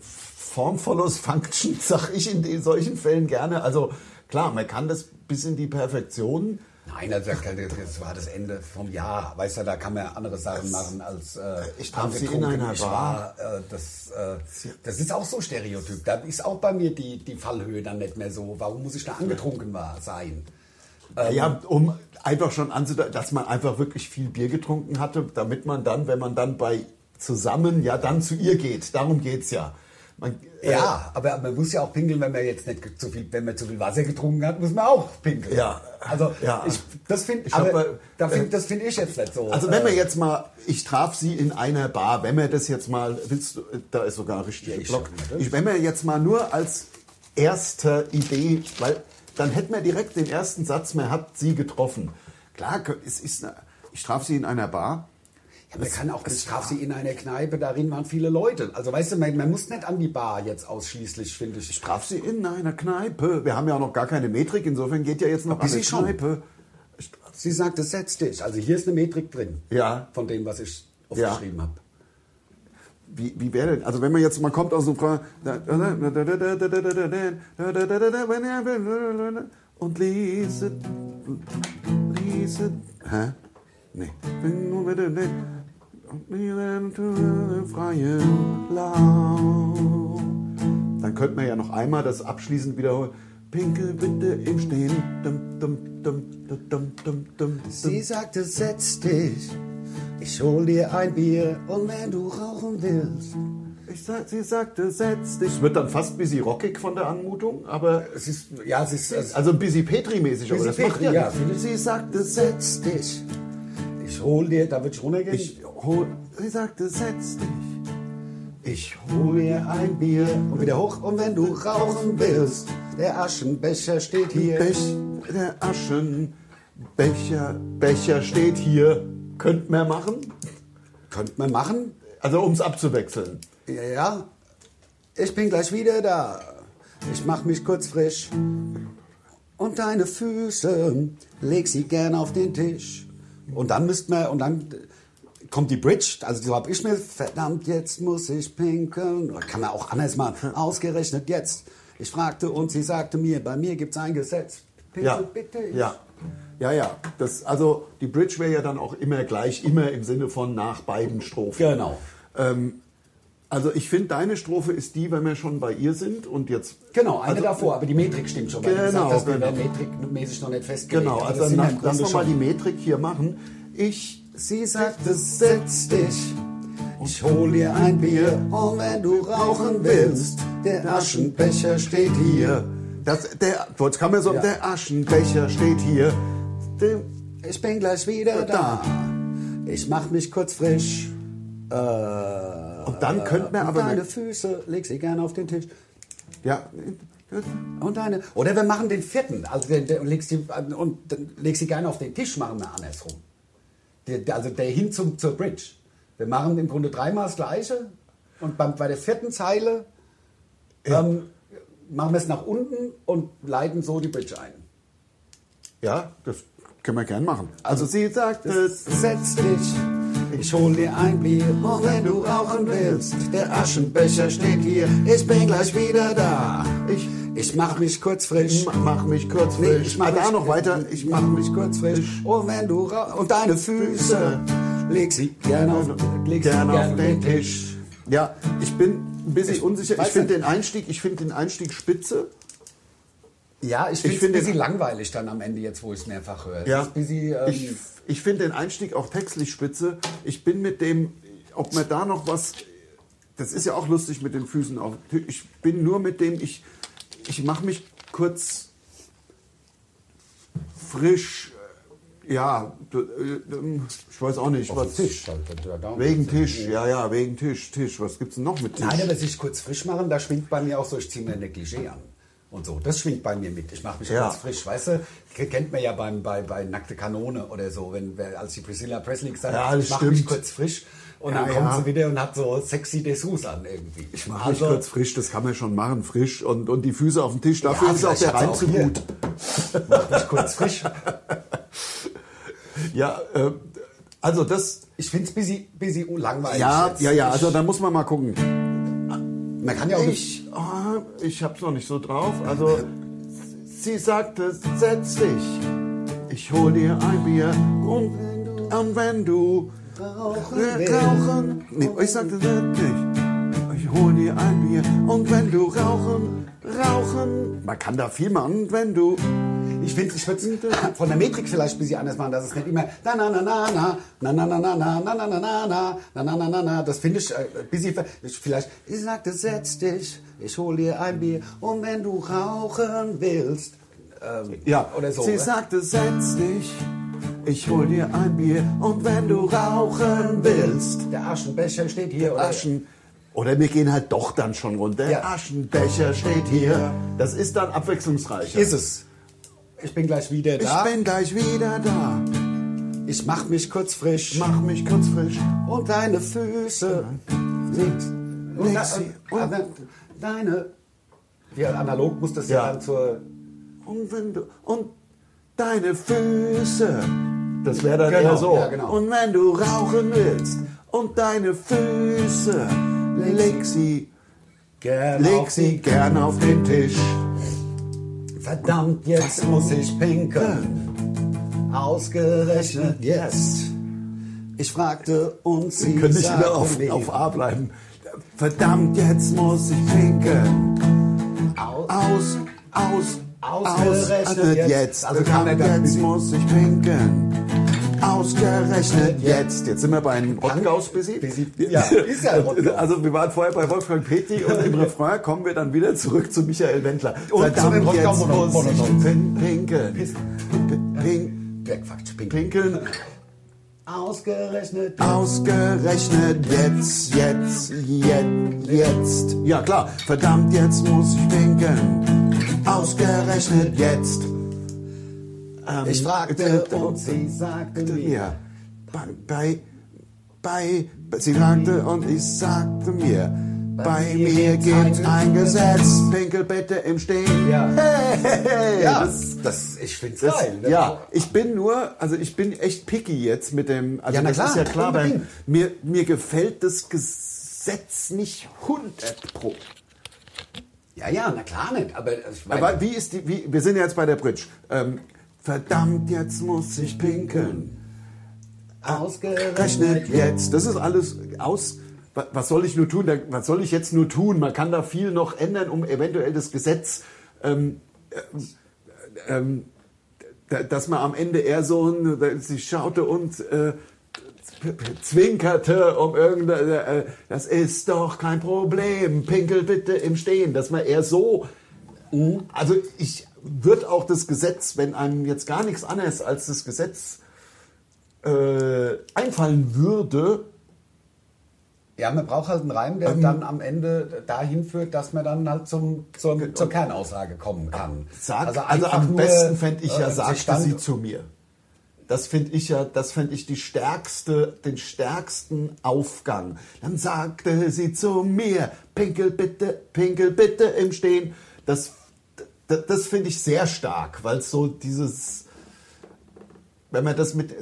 B: Form follows Function, sag ich in den- solchen Fällen gerne. Also klar, man kann das bis in die Perfektion.
C: Nein, also das kann- das war das Ende vom Jahr. Weißt du, da kann man ja andere Sachen machen als äh,
B: Ich traf sie in
C: angetrunken,
B: einer
C: ich
B: Bar.
C: war, äh, das, äh, das ist auch so Stereotyp. Da ist auch bei mir die, die Fallhöhe dann nicht mehr so. Warum muss ich da angetrunken war, sein?
B: ja,
C: Ähm.
B: um einfach schon anzudeuten, dass man einfach wirklich viel Bier getrunken hatte, damit man dann, wenn man dann bei zusammen, ja, dann zu ihr geht. Darum geht's ja. Man, äh,
C: Ja, aber man muss ja auch pinkeln, wenn man jetzt nicht zu viel, wenn man zu viel Wasser getrunken hat, muss man auch pinkeln.
B: Ja.
C: Also
B: Ja.
C: ich, das finde
B: Ich hab
C: aber
B: mal-
C: da find, das finde ich jetzt nicht so.
B: Also wenn wir
C: äh,
B: jetzt mal, ich traf sie in einer Bar, wenn wir das jetzt mal, willst du, da ist sogar richtig
C: Ja, ich
B: Block.
C: schau mal, ne?
B: Ich, wenn wir jetzt mal nur als erste Idee, weil dann hätten wir direkt den ersten Satz, man hat sie getroffen. Klar, es ist, eine- ich traf sie in einer Bar.
C: Ja, man kann auch, ich traf sie in einer Kneipe, darin waren viele Leute. Also weißt du, man, man muss nicht an die Bar jetzt ausschließlich, finde ich.
B: Ich traf sie in einer Kneipe. Wir haben ja auch noch gar keine Metrik, insofern geht ja jetzt noch
C: Aber
B: eine
C: sie schon.
B: Kneipe. Ich traf
C: Sie sagt, das setzt dich. Also hier ist eine Metrik drin.
B: Ja.
C: Von dem, was ich
B: Ja.
C: aufgeschrieben habe.
B: Wie, wie wäre denn? Also wenn man jetzt, man kommt aus dem Fra und lieset, lieset, hä? Nee. Bin nur mit dem und lieset im freien Lauf. Dann könnte man ja noch einmal das abschließend wiederholen. Pinkel bitte im Stehen. Dum, dum, dum, dum, dum, dum, dum,
C: Sie sagte, setz dich, ich hol dir ein Bier und wenn du rauchen willst.
B: Ich sag, sie sagte, setz dich. Es wird dann fast ein bisschen rockig von der Anmutung, aber
C: Es ist, ja, es ist, also,
B: also ein bisschen Petri-mäßig, aber
C: Bisschen
B: das macht
C: Petri,
B: ja,
C: ja.
B: nichts. Sie sagte, setz
C: setz dich, ich hol dir, da würde ich runtergehen.
B: dich. Hol, sie sagte, setz dich.
C: Ich hol mir ein Bier und wieder hoch und wenn du rauchen willst, der Aschenbecher steht hier.
B: Bech, der Aschenbecher, Becher steht hier. Könnt mehr machen?
C: Könnte man machen?
B: Also um es abzuwechseln.
C: Ja, ja. Ich bin gleich wieder da. Ich mach mich kurz frisch. Und deine Füße, leg sie gern auf den Tisch. Und dann müsst man, und dann kommt die Bridge, also so hab ich mir, verdammt, jetzt muss ich pinkeln. Oder kann man auch anders machen. Ausgerechnet jetzt. Ich fragte und sie sagte mir, bei mir gibt's ein Gesetz. Pinkel
B: Ja,
C: bitte.
B: ja, ja, ja. Das, also die Bridge wäre ja dann auch immer gleich, immer im Sinne von nach beiden Strophen.
C: Genau.
B: Ähm, also ich finde, deine Strophe ist die, wenn wir schon bei ihr sind und jetzt...
C: Genau, eine
B: also,
C: davor, aber die Metrik stimmt schon. Weil
B: Genau,
C: du gesagt hast,
B: genau.
C: wir wären metrikmäßig noch nicht festgelegt.
B: Genau,
C: aber
B: also
C: das sind ja
B: nach,
C: im
B: lass
C: Grunde
B: noch mal
C: schon-
B: die Metrik hier machen. Ich...
C: Sie sagte, setz dich, ich hol dir ein Bier. Und wenn du rauchen willst, der Aschenbecher steht hier.
B: Das, der, das kann man so,
C: Ja.
B: der Aschenbecher steht hier. Der,
C: Ich bin gleich wieder da. Ich mach mich kurz frisch. Äh, und
B: dann könnte man aber-
C: Deine Füße, leg sie gerne auf den Tisch.
B: ja,
C: Und deine. Oder wir machen den vierten. Also den, den, legst sie, und dann legst sie gerne auf den Tisch, machen wir andersrum. Der, der- also der hin zum, zur Bridge. Wir machen im Grunde dreimal das Gleiche. Und beim, bei der vierten Zeile ähm, machen wir es nach unten und leiten so die Bridge ein.
B: ja, das können wir gern machen. Also sie sagt,
C: Das setz dich. Ich hol dir ein Bier, und wenn du rauchen willst, der Aschenbecher steht hier. Ich bin gleich wieder da. Ich, ich mach mich kurz frisch.
B: ich mach mich kurz
C: Nee,
B: frisch.
C: ich mach
B: ah, da
C: mich-
B: noch weiter.
C: Ich mach mich kurz frisch. Und wenn du ra- und deine Füße leg sie gerne auf, leg sie
B: Gerne auf den Tisch. Ja, ich bin ein bisschen unsicher. Ich
C: weiß
B: finde den
C: nicht.
B: Einstieg, ich finde den Einstieg spitze.
C: Ja, ich finde es ein
B: find den-
C: bisschen langweilig dann am Ende jetzt, wo ich es mehrfach höre. Es
B: Ja,
C: ist ein bisschen, ähm,
B: ich ich finde den Einstieg auch textlich spitze. Ich bin mit dem, ob man da noch was, das ist ja auch lustig mit den Füßen auf. Ich bin nur mit dem, ich, ich mache mich kurz frisch. Ja, d- äh, ich weiß auch nicht.
C: auf
B: Was,
C: den Tisch. halt, wenn du da down
B: Wegen
C: bist.
B: Tisch, ja, ja, wegen Tisch, Tisch. Was gibt's denn noch mit Tisch?
C: Nein, aber sich kurz frisch machen, da schwingt bei mir auch so, ich ziehe mir eine Negligé an. Und so, das schwingt bei mir mit. Ich mache mich
B: Ja.
C: kurz frisch, weißt du? K- Kennt man ja beim, bei, bei Nackte Kanone oder so, wenn, wer- als die Priscilla Presley gesagt hat,
B: Ja, das
C: ich mache mich
B: stimmt.
C: kurz frisch. Und
B: Ja,
C: dann kommt
B: ja.
C: sie wieder und hat so sexy Dessous an irgendwie. Also,
B: Ich mache mich kurz frisch, das kann man schon machen, frisch. Und, und die Füße auf den Tisch, dafür
C: Ja,
B: ist auch der
C: vielleicht
B: Reim
C: hat's
B: zu
C: auch hier.
B: gut.
C: Mach mich kurz frisch.
B: Ja, äh, also das,
C: Ich finde es busy, busy langweilig.
B: ja,
C: jetzt.
B: ja, ja, also da muss man mal gucken.
C: Man kann ja auch nicht.
B: Ich, ah, ich hab's noch nicht so drauf, also sie sagte, setz dich, ich hol dir ein Bier und, und wenn du
C: Rauchen willst.
B: rauchen, nee, ich sagte, setz dich, ich hol dir ein Bier und wenn du rauchen, rauchen, man kann da viel machen, und wenn du
C: Ich finde, ich würde es von der Metrik vielleicht ein bisschen anders machen, dass es nicht immer na na na na na na na na na na na na na na na na na na na na das finde ich äh, ein bisschen ver- ich- vielleicht ich sagte setz dich ich hol dir ein Bier und wenn du rauchen willst ähm,
B: Ja,
C: oder so
B: Sie
C: oder?
B: sagte, setz dich, ich hol dir ein Bier und wenn du rauchen willst,
C: der Aschenbecher steht hier oder
B: Aschen. Oder wir gehen halt doch dann schon runter.
C: Ja.
B: Aschenbecher steht hier. Das ist dann abwechslungsreicher.
C: ist es ich bin gleich wieder
B: ich
C: da
B: bin gleich wieder da.
C: ich mach mich kurz frisch
B: Mach mich kurz frisch.
C: und deine Füße sind
B: Leg sie-
C: aber Ah, deine ja analog muss das ja,
B: Ja.
C: dann zur
B: Und wenn du und deine Füße. Das wäre dann
C: Genau,
B: eher so.
C: ja, genau.
B: Und wenn du rauchen willst und deine Füße Leg sie,
C: Gern
B: leg sie gern auf den Tisch.
C: Verdammt, jetzt muss ich pinkeln. Ausgerechnet jetzt. Ich fragte und sie
B: Wir können nicht
C: sagte
B: wieder auf,
C: mir,
B: auf A bleiben. Verdammt, jetzt muss ich pinkeln.
C: Au-
B: Aus, aus,
C: Ausgerechnet
B: ausgerechnet
C: jetzt.
B: jetzt.
C: Also
B: Also
C: kam er dann-
B: jetzt muss ich pinkeln. Ausgerechnet
C: Äh,
B: jetzt. Jetzt sind wir bei einem Rottgaus busy.
C: Busy. Ja, ist ja ein Rottgaus.
B: Also wir waren vorher bei Wolfgang Petri und im Refrain kommen wir dann wieder zurück zu Michael Wendler.
C: Und zu dem Rottgau-
B: jetzt muss
C: Monolog.
B: ich pin- pinkeln. Pin- pin-
C: Bergfakt, pinkeln.
B: Pinkeln.
C: Ausgerechnet
B: Ausgerechnet jetzt, jetzt, jetzt, jetzt. Ja klar, verdammt, jetzt muss ich pinkeln. Ausgerechnet jetzt. Ähm,
C: Ich fragte
B: äh,
C: und sie sagte mir,
B: mir. Bei, bei, bei, sie fragte und ich sagte mir. Bei mir gibt's ein Gesetz, pinkel bitte im Stehen.
C: Ja.
B: Hey, hey, hey.
C: ja,
B: das
C: das, das, ich find's
B: das,
C: geil. ne?
B: ja, ich bin nur, also ich bin echt picky jetzt mit dem, also
C: Ja, na
B: das
C: klar,
B: ist ja klar, weil
C: unbedingt.
B: mir, mir gefällt das Gesetz nicht 100 pro.
C: ja, ja, na klar nicht, aber ich meine,
B: Aber wie ist die, wie, wir sind ja jetzt bei der Bridge. Ähm, verdammt, jetzt muss ich pinkeln.
C: ausgerechnet
B: Rechnet jetzt. Das ist alles aus. Wa- Was soll ich nur tun? Da- Was soll ich jetzt nur tun? Man kann da viel noch ändern, um eventuell das Gesetz, ähm, äh, ähm, da- dass man am Ende eher so ein, sie schaute und äh, zwinkerte um irgendeine, äh, das ist doch kein Problem, pinkel bitte im Stehen, dass man eher so, also ich würde auch das Gesetz, wenn einem jetzt gar nichts anderes als das Gesetz äh, einfallen würde,
C: Ja, man braucht halt einen Reim,
B: Ähm.
C: der dann am Ende dahin führt, dass man dann halt zum, zum, zur Kernaussage kommen kann.
B: Sag, also,
C: einfach
B: am
C: nur,
B: besten fände ich ja,
C: äh, sich
B: sagte
C: dann-
B: sie zu mir. Das finde ich ja, das fände ich die stärkste, den stärksten Aufgang. Dann sagte sie zu mir, pinkel bitte, pinkel bitte im Stehen. Das, das, das finde ich sehr stark, weil es so dieses, wenn man das mit,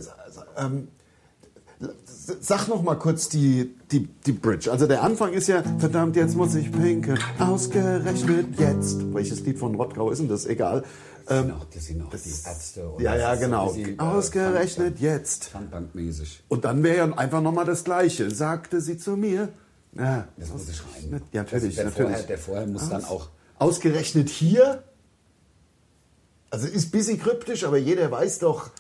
B: ähm, Sag noch mal kurz die, die, die Bridge. Also der Anfang ist ja, verdammt, jetzt muss ich pinkeln, ausgerechnet jetzt. Welches Lied von Rottgau ist denn das? Egal.
C: Das
B: Ähm,
C: sind auch, das sind auch die Ärzte. und
B: ja,
C: das
B: ja,
C: ist so
B: genau.
C: ein bisschen, äh,
B: Ausgerechnet jetzt.
C: Pfandbankmäßig.
B: Und dann wäre ja einfach noch mal das Gleiche. Sagte sie zu mir. Ja,
C: Das muss ich rein. Also
B: ja natürlich,
C: der
B: natürlich.
C: Vorher, der vorher muss dann auch.
B: Ausgerechnet hier? Also ist ein bisschen kryptisch, aber jeder weiß doch,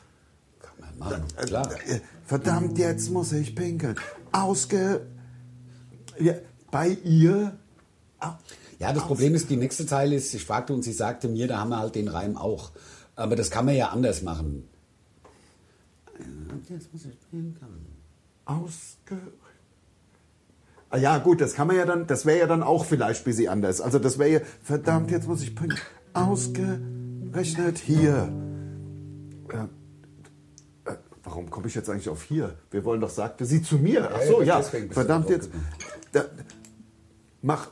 C: Kann man machen, klar.
B: Äh, Verdammt, jetzt muss ich pinkeln. Ausge. Ja, bei ihr. Au-
C: Ja, das
B: aus-
C: Problem ist, die nächste Zeile ist, ich fragte und sie sagte mir, da haben wir halt den Reim auch. Aber das kann man ja anders machen. Jetzt muss ich pinkeln.
B: Ausge. Ah, ja, gut, das kann man ja dann. Das wäre ja dann auch vielleicht ein bisschen anders. Also, das wäre ja. Verdammt, jetzt muss ich pinkeln. Ausgerechnet hier. Äh, äh, warum komme ich jetzt eigentlich auf hier? Wir wollen doch, sagte sie zu mir. Ach so,
C: ja,
B: ja.
C: deswegen bist du
B: Verdammt,
C: drauf
B: jetzt. Da, mach,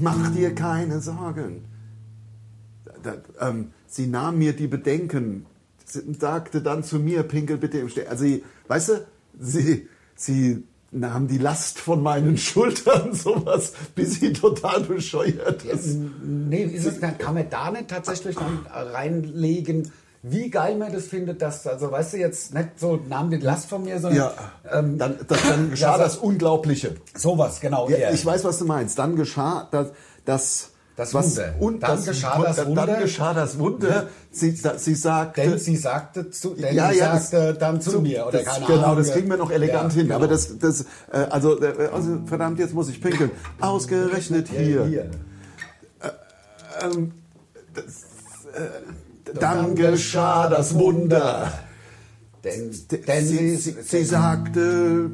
B: mach dir keine Sorgen. Da, ähm, sie nahm mir die Bedenken und sagte dann zu mir, pinkel bitte im Stehen. Also, sie, weißt du, sie, sie nahm die Last von meinen Schultern, sowas, bis sie total bescheuert ist.
C: Nee, ist es, dann kann man da nicht tatsächlich dann reinlegen, wie geil man das findet, dass, also weißt du, jetzt nicht so Namen mit Last von mir, sondern
B: Ja,
C: ähm,
B: dann, das, dann geschah
C: ja,
B: das Unglaubliche.
C: sowas, genau.
B: Ja,
C: eher.
B: Ich weiß, was du meinst. Dann geschah das, das,
C: Das
B: was,
C: Wunder. Dann geschah das
B: dann,
C: Wunder.
B: Dann geschah das Wunder. Sie, da, sie sagte,
C: denn sie sagte zu, denn
B: ja,
C: sie
B: ja, das-
C: sagte dann zu, mir oder
B: das,
C: keine
B: genau,
C: Ahnung.
B: das kriegen wir noch elegant
C: Ja,
B: hin.
C: genau.
B: Aber das, das, äh, also, äh, also verdammt, jetzt muss ich pinkeln. Ausgerechnet hier.
C: Ja, hier.
B: Dann geschah das Wunder.
C: Denn, denn
B: Denn sie, sie, sie sagte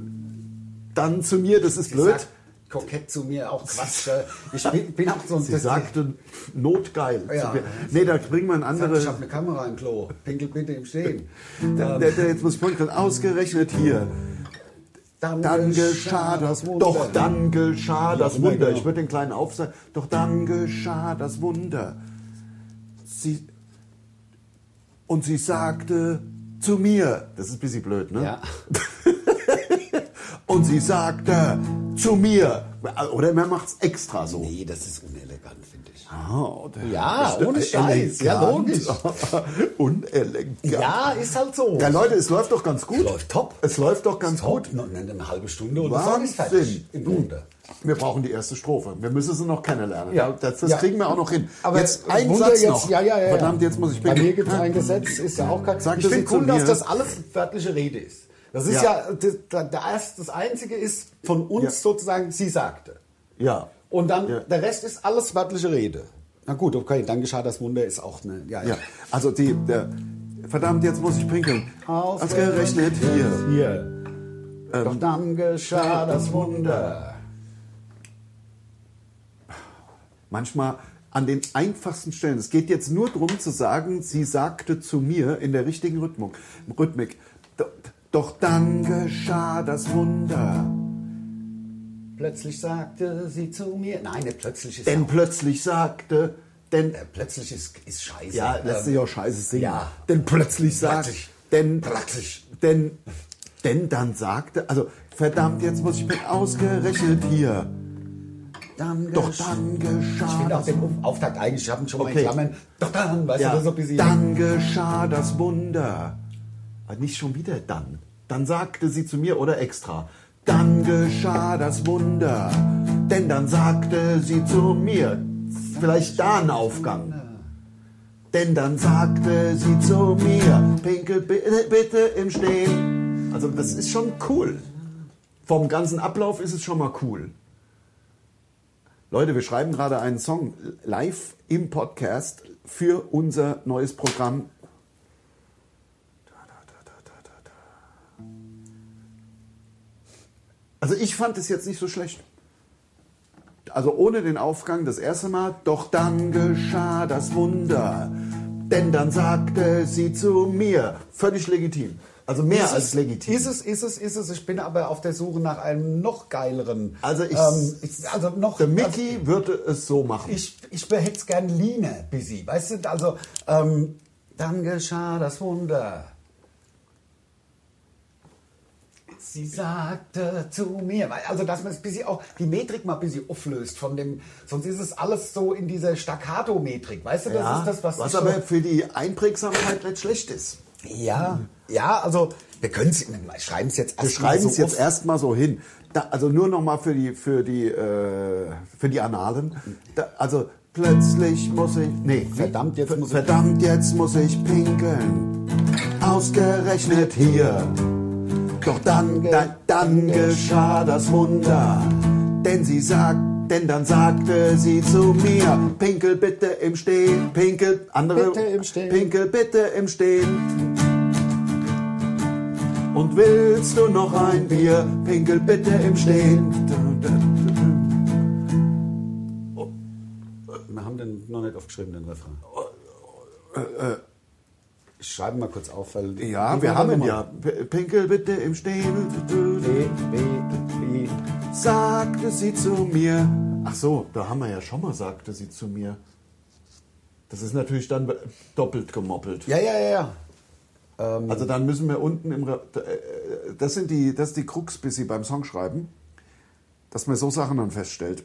B: dann zu mir, das ist
C: sie
B: blöd.
C: sagt kokett zu mir auch Quatsch. äh, Ich bin, bin auch so ein
B: sie sagte notgeil.
C: Ja.
B: zu mir. Nee, da bringen wir ein anderes.
C: ich habe eine Kamera im Klo. Pinkel bitte im Stehen.
B: Der, der, der, jetzt muss ich pinkeln. Ausgerechnet hier. Dann geschah das Wunder. Doch dann geschah das
C: genau,
B: Wunder.
C: genau.
B: Ich würde den kleinen Aufsatz. Doch dann geschah das Wunder. Sie und sie sagte zu mir. Das ist ein bisschen blöd, ne?
C: Ja.
B: Und sie sagte zu mir, oder man macht's extra so.
C: Nee, das ist unelegant, finde ich.
B: Ah, der
C: Ja,
B: ist
C: ohne Scheiß, ja,
B: elegant. Unelegant.
C: Ja, ist halt so.
B: Ja, Leute, es läuft doch ganz gut.
C: Es läuft top.
B: Es läuft doch ganz
C: Top,
B: gut.
C: noch eine halbe Stunde und
B: Wahnsinn.
C: Wahnsinn. das Song ist fertig. Im Grunde.
B: Wir brauchen die erste Strophe. Wir müssen sie noch kennenlernen.
C: Ja.
B: Das, das
C: Ja.
B: kriegen wir auch noch hin.
C: Aber
B: jetzt
C: jetzt
B: einen
C: Wunder
B: Satz
C: jetzt-
B: noch.
C: ja, ja, ja, ja.
B: Verdammt, jetzt muss ich
C: Bei mir gibt es ein Gesetz, ist ja auch kein
B: Sagte
C: Ich
B: sie
C: finde
B: zu
C: cool, dass
B: mir-
C: das alles wörtliche Rede ist. Das ist
B: Ja.
C: ja, das, das, erste- das Einzige ist von uns
B: Ja.
C: sozusagen, sie sagte.
B: Ja.
C: Und dann,
B: Ja.
C: der Rest ist alles wörtliche Rede. Na gut, okay, dann geschah das Wunder, ist auch eine. Ja, ja.
B: Ja, also die, der, verdammt, jetzt muss ich pinkeln. Ausgerechnet hier.
C: Hier.
B: Ähm.
C: Doch dann geschah das Wunder.
B: Manchmal an den einfachsten Stellen. Es geht jetzt nur darum zu sagen, sie sagte zu mir in der richtigen Rhythmung, Rhythmik. Do- Doch dann geschah das Wunder.
C: Plötzlich sagte sie zu mir. Nein, der plötzlich ist.
B: Denn
C: Denn
B: plötzlich sagte, denn
C: äh, plötzlich ist, ist scheiße.
B: Ja, lässt
C: Ähm,
B: sich auch scheiße singen.
C: ja.
B: Denn plötzlich sagt,
C: Praktisch.
B: denn,
C: Praktisch.
B: denn, denn dann sagte, also verdammt, jetzt muss ich mit ausgerechnet hier.
C: Dann
B: Doch
C: gesch-
B: dann
C: Ich
B: geschah
C: finde auch
B: das
C: den Auf- Auftakt eigentlich, ich habe ihn schon mal
B: Okay.
C: in Klammern. Doch dann, weißt
B: ja,
C: du, das ist so ein bisschen.
B: dann geschah das Wunder. Aber nicht schon wieder dann. Dann sagte sie zu mir oder extra. Dann geschah das Wunder. Denn dann sagte sie zu mir. Vielleicht da ein Aufgang. Denn dann sagte sie zu mir. Pinkel bi- äh, bitte im Stehen. Also das ist schon cool. Vom ganzen Ablauf ist es schon mal cool. Leute, wir schreiben gerade einen Song live im Podcast für unser neues Programm. Also ich fand es jetzt nicht so schlecht. Also ohne den Aufgang das erste Mal, doch dann geschah das Wunder. Denn dann sagte sie zu mir, völlig legitim. Also mehr
C: Ist
B: als
C: es-
B: legitim.
C: Ist es, ist es, ist es. Ich bin aber auf der Suche nach einem noch geileren.
B: Also ich-
C: ich also noch.
B: Der
C: also
B: Mickey würde es so machen.
C: ich ich hätte es gern leaner, busy. Weißt du, also. Ähm, dann geschah das Wunder. Sie sagte zu mir, weil- also dass man es ein bisschen auch die Metrik mal ein bisschen auflöst von dem, sonst ist es alles so in dieser Staccato-Metrik, weißt du, das
B: Ja,
C: ist das, was,
B: was
C: ich
B: aber
C: so-
B: für die Einprägsamkeit nicht schlecht ist.
C: Ja, ja, also wir können es, schreiben es jetzt
B: Wir
C: mal
B: schreiben
C: so
B: es jetzt
C: auf.
B: erstmal so hin. Da, also nur nochmal für die, für die, äh, für die Analen. Da, also plötzlich muss ich, nee,
C: Verdammt, jetzt
B: ver-
C: muss ich-
B: verdammt, jetzt muss ich pinkeln. Ausgerechnet hier. Doch dann, da, dann geschah das Wunder. Denn sie sagt, denn dann sagte sie zu mir, Pinkel bitte im Stehen, Pinkel, andere,
C: Bitte im Stehen.
B: Pinkel bitte im Stehen. Und willst du noch ein Bier? Pinkel bitte im Stehen.
C: Wir haben den noch nicht aufgeschrieben, den Refrain. Äh, Ich schreibe mal kurz auf, weil...
B: Ja, wir haben ihn ja. P- Pinkel bitte im Stehen.
C: B, B, B.
B: Sagte sie zu mir. Ach so, da haben wir ja schon mal, sagte sie zu mir. Das ist natürlich dann doppelt gemoppelt.
C: Ja, ja, ja, ja.
B: Also dann müssen wir unten im. Re äh, das, sind die, das ist die Krux, bis sie beim Songschreiben, dass man so Sachen dann feststellt.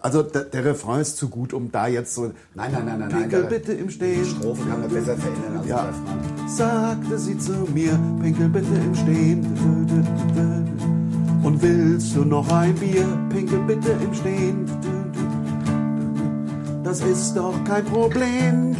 B: Also der, der Refrain ist zu gut, um da jetzt so.
C: Nein, nein, nein, nein, nein.
B: Pinkel
C: da-
B: bitte im Stehen.
C: Die Strophe kann man besser verändern als
B: Ja.
C: den Refrain.
B: Sagte sie zu mir, Pinkel bitte im Stehen. Dü, dü, dü, dü. Und willst du noch ein Bier? Pinkel bitte im Stehen. Dü, dü, dü. Das ist doch kein Problem.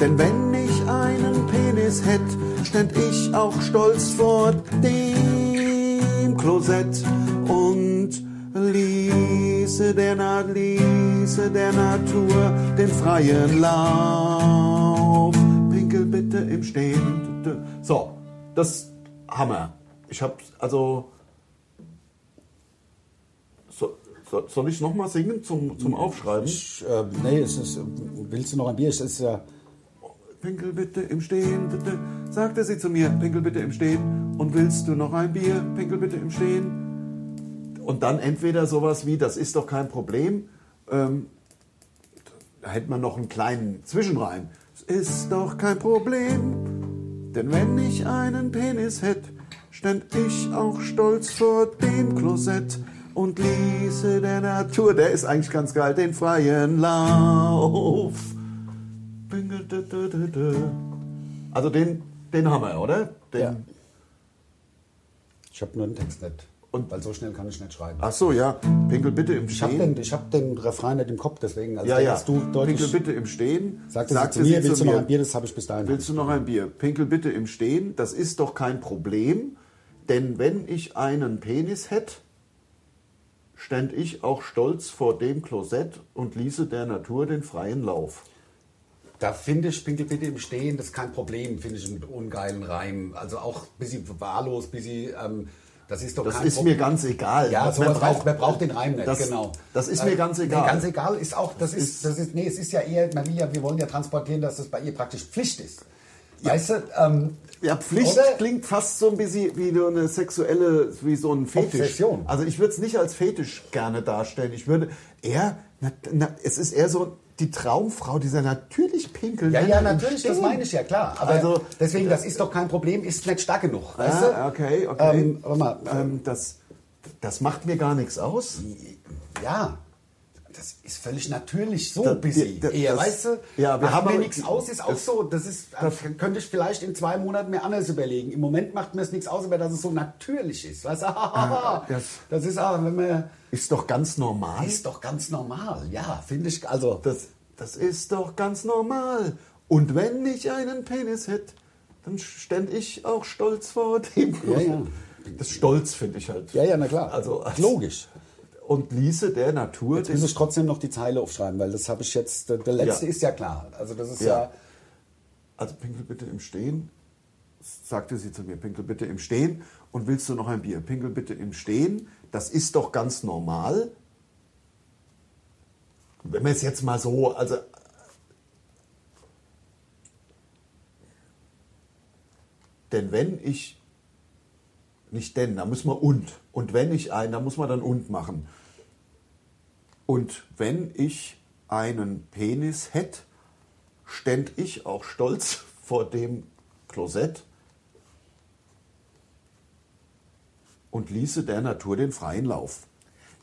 B: Denn wenn ich einen Penis hätte, ständ ich auch stolz vor dem Klosett und ließe der, Na ließe der Natur den freien Lauf. Pinkel bitte im Stehen. So, das Hammer. Ich hab, also. So, so, soll ich nochmal singen zum, zum Aufschreiben?
C: Ich, äh, nee, es ist, willst du noch ein Bier? Es ist ja...
B: Pinkel bitte im Stehen, bitte, sagte sie zu mir, Pinkel bitte im Stehen. Und willst du noch ein Bier? Pinkel bitte im Stehen. Und dann entweder sowas wie, das ist doch kein Problem. Ähm, da hätte man noch einen kleinen Zwischenreim. Es ist doch kein Problem, denn wenn ich einen Penis hätte, stand ich auch stolz vor dem Klosett und ließe der Natur, der ist eigentlich ganz geil, den freien Lauf. Also den, den haben wir, oder? Den,
C: Ja. ähm, Ich habe nur den Text nicht. Und Ah, weil so schnell kann ich nicht schreiben.
B: Ach so, ja. Pinkel bitte im
C: Ich habe
B: Stehen.
C: den, ich hab den Refrain nicht im Kopf, deswegen. Also
B: ja,
C: den
B: ja.
C: Hast du deutlich,
B: Pinkel bitte im Stehen.
C: Sagte sie
B: Sagte
C: zu mir,
B: sie
C: willst du noch ein Bier? Das habe ich bis dahin.
B: Willst du noch ein Bier? Pinkel bitte im Stehen. Das ist doch kein Problem, denn wenn ich einen Penis hätte, ständ ich auch stolz vor dem Klosett und ließe der Natur den freien Lauf.
C: Da finde ich Pinkel bitte im Stehen, das ist kein Problem, finde ich einen ungeilen Reim. Also auch ein bisschen wahllos, ein bisschen, ähm, das ist doch
B: Das
C: kein
B: ist mir ganz egal.
C: Ja,
B: Das-
C: sowas
B: wer
C: braucht, wer braucht den Reim nicht,
B: das,
C: genau.
B: Das ist
C: Äh,
B: mir ganz egal.
C: Nee, ganz egal ist auch, das ist, das ist, nee, es ist ja eher, man will ja, wir wollen ja transportieren, dass das bei ihr praktisch Pflicht ist. Weißt du, ähm,
B: Ja, Pflicht
C: Oder?
B: klingt fast so ein bisschen wie so eine sexuelle, wie so ein Fetisch.
C: Obsession.
B: Also ich würde es nicht als Fetisch gerne darstellen. Ich würde eher, na, na, es ist eher so die Traumfrau, dieser natürlich pinkel.
C: ja,
B: Männer
C: ja,
B: im
C: natürlich, das
B: Stehen.
C: meine ich ja, klar. Aber
B: Also,
C: deswegen, das ist doch kein Problem, ist nicht stark genug, weißt
B: Ah,
C: du?
B: okay, okay.
C: Ähm, warte mal,
B: Ähm, das, das macht mir gar nichts aus.
C: Ja. Das ist völlig natürlich so
B: Da-
C: ein bisschen.
B: da-
C: eher,
B: das-
C: weißt du?
B: ja, wir
C: macht
B: haben
C: mir
B: aber-
C: nichts aus, ist auch
B: das-
C: so. Das ist, könnte ich vielleicht in zwei Monaten mir anders überlegen. Im Moment macht mir es nichts aus, aber dass es so natürlich ist. Weißt du?
B: das-
C: das, ist aber, wenn man.
B: Ist doch ganz normal.
C: Ist doch ganz normal, ja, finde ich. Also,
B: Das, das ist doch ganz normal. Und wenn ich einen Penis hätte, dann ständ ich auch stolz vor dem.
C: Ja, ja.
B: Das Stolz finde ich halt.
C: ja, ja, na klar.
B: Also, als-
C: logisch.
B: Und ließe der Natur
C: Jetzt muss ich trotzdem noch die Zeile aufschreiben, weil das habe ich jetzt. Der, der letzte
B: Ja.
C: ist ja klar. Also, das ist
B: Ja.
C: ja.
B: Also pinkel bitte im Stehen, sagte sie zu mir, pinkel bitte im Stehen und willst du noch ein Bier? Pinkel bitte im Stehen, das ist doch ganz normal. Wenn man es jetzt mal so, also denn wenn ich nicht denn, da muss man und und wenn ich ein, da muss man dann und machen. Und wenn ich einen Penis hätte, ständ ich auch stolz vor dem Klosett und ließe der Natur den freien Lauf.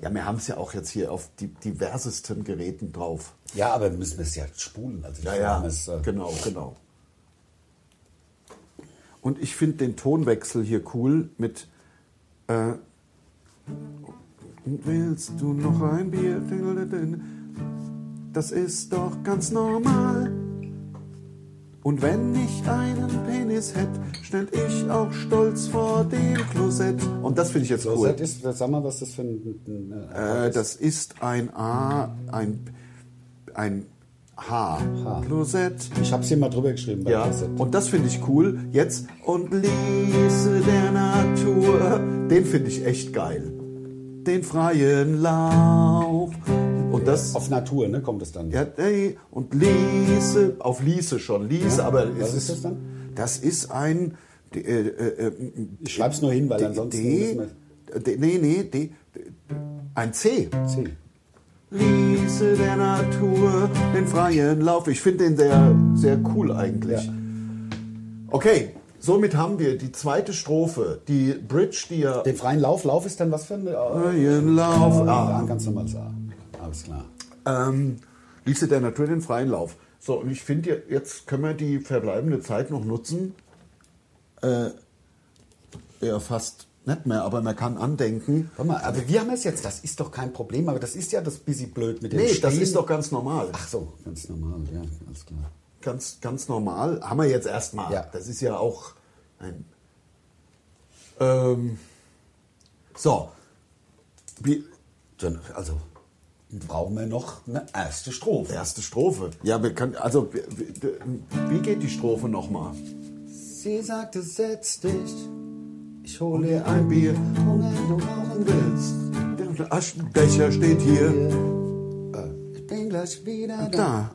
B: Ja, wir haben es ja auch jetzt hier auf die diversesten Geräten drauf.
C: Ja, aber müssen wir es ja spulen. Also, ich finde, es, äh,
B: genau, genau. Und ich finde den Tonwechsel hier cool mit äh, "Und Willst du noch ein Bier? Das ist doch ganz normal. Und wenn ich einen Penis hätte, ständ ich auch stolz vor dem Klosett. Und das finde ich jetzt cool.
C: Klosett ist, sag mal, was das für ein. ein, ein
B: Äh, das ist ein A, ein, ein H. Klosett.
C: Ich habe es hier mal drüber geschrieben bei
B: Ja,
C: Kassett.
B: und das finde ich cool. Jetzt und ließe der Natur. Den finde ich echt geil. Den freien Lauf. Und das.
C: Auf Natur, ne, kommt es dann.
B: Ja, ey, und ließe. Auf ließe schon. Ließe, aber.
C: was
B: es
C: ist das dann?
B: Das ist ein. Äh, äh, äh,
C: Ich schreibe es nur hin, weil
B: D,
C: ansonsten
B: D,
C: müssen
B: D, nee, nee, D, D, ein C.
C: wir zählen.
B: Ließe der Natur den freien Lauf. Ich finde den sehr, sehr cool eigentlich.
C: Ja.
B: Okay, somit haben wir die zweite Strophe, die Bridge, die ja.
C: Den freien Lauf, Lauf ist dann was für ein... Äh,
B: freien Lauf.
C: ah.
B: Ah,
C: Ein ganz normales A. Alles klar.
B: ähm, ließe der Natur den freien Lauf. So, und ich finde, jetzt können wir die verbleibende Zeit noch nutzen. Äh, ja, fast nicht mehr, aber man kann andenken.
C: Warte mal, aber wir haben es jetzt, das ist doch kein Problem, aber das ist ja das bisschen blöd mit dem
B: Nee,
C: Stehen.
B: das ist doch ganz normal.
C: Ach so, ganz normal, ja, alles klar.
B: ganz, ganz normal. Haben wir jetzt erstmal.
C: Ja.
B: Das ist ja auch ein. Ähm, so. Wie,
C: Dann, also, brauchen wir noch eine erste Strophe.
B: erste Strophe. Ja, wir können. Also, wie, wie- wie geht die Strophe nochmal?
C: Sie sagte, setz dich, ich hole dir
B: Ein Bier,
C: Hunger, du rauchen willst.
B: der Aschenbecher steht hier.
C: äh, Ich bin gleich wieder da.
B: Da.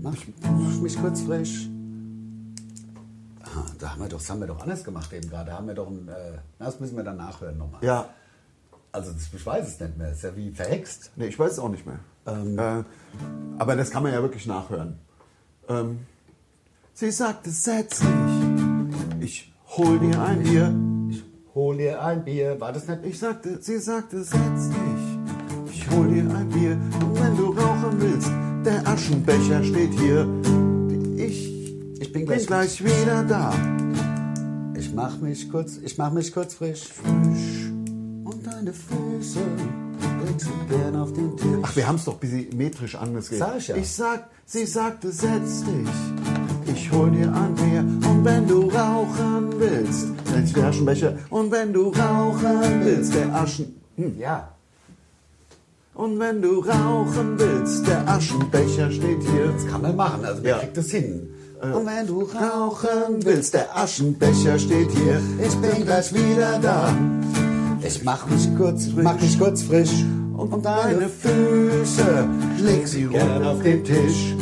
C: Mach, mach mich kurz frisch. Ah, Da haben wir doch, das haben wir doch anders gemacht eben gerade. Da haben wir doch ein, äh, na, das müssen wir dann nachhören nochmal.
B: Ja.
C: Also das, ich weiß es nicht mehr. Das ist ja wie verhext. Ähm,
B: Nee, ich weiß es auch nicht mehr. Äh, aber das kann man ja wirklich nachhören. Ähm, sie sagte, setz dich. Ich hol dir ein Bier.
C: Ich
B: hol dir ein Bier. War das nicht? Ich sagte, sie sagte, setz dich. Ich hol dir ein Bier. Und wenn du rauchen willst, der Aschenbecher steht hier. Ich,
C: Ich bin
B: bin
C: gleich.
B: gleich wieder da.
C: Ich mach mich kurz, ich mach mich kurz frisch.
B: Frisch.
C: Und deine Füße wechseln gern auf den Tisch.
B: Ach, wir haben es doch ein bisschen metrisch angesehen.
C: Sag ich ja.
B: Ich sag, sie sagte, setz dich. Ich hol dir ein Bier und wenn du rauchen willst, setz der Aschenbecher. Und wenn du rauchen willst, der Aschen. Hm.
C: ja.
B: Und wenn du rauchen willst, der Aschenbecher steht hier.
C: Das kann man machen, also man
B: Ja. Äh.
C: kriegt das hin. Und wenn du
B: Rauchen willst, der Aschenbecher steht hier. Ich bin gleich wieder da.
C: Ich mach mich kurz frisch. Mach mich kurz frisch. Und,
B: Deine Füße, leg sie
C: Gern
B: runter
C: auf
B: auf den Tisch.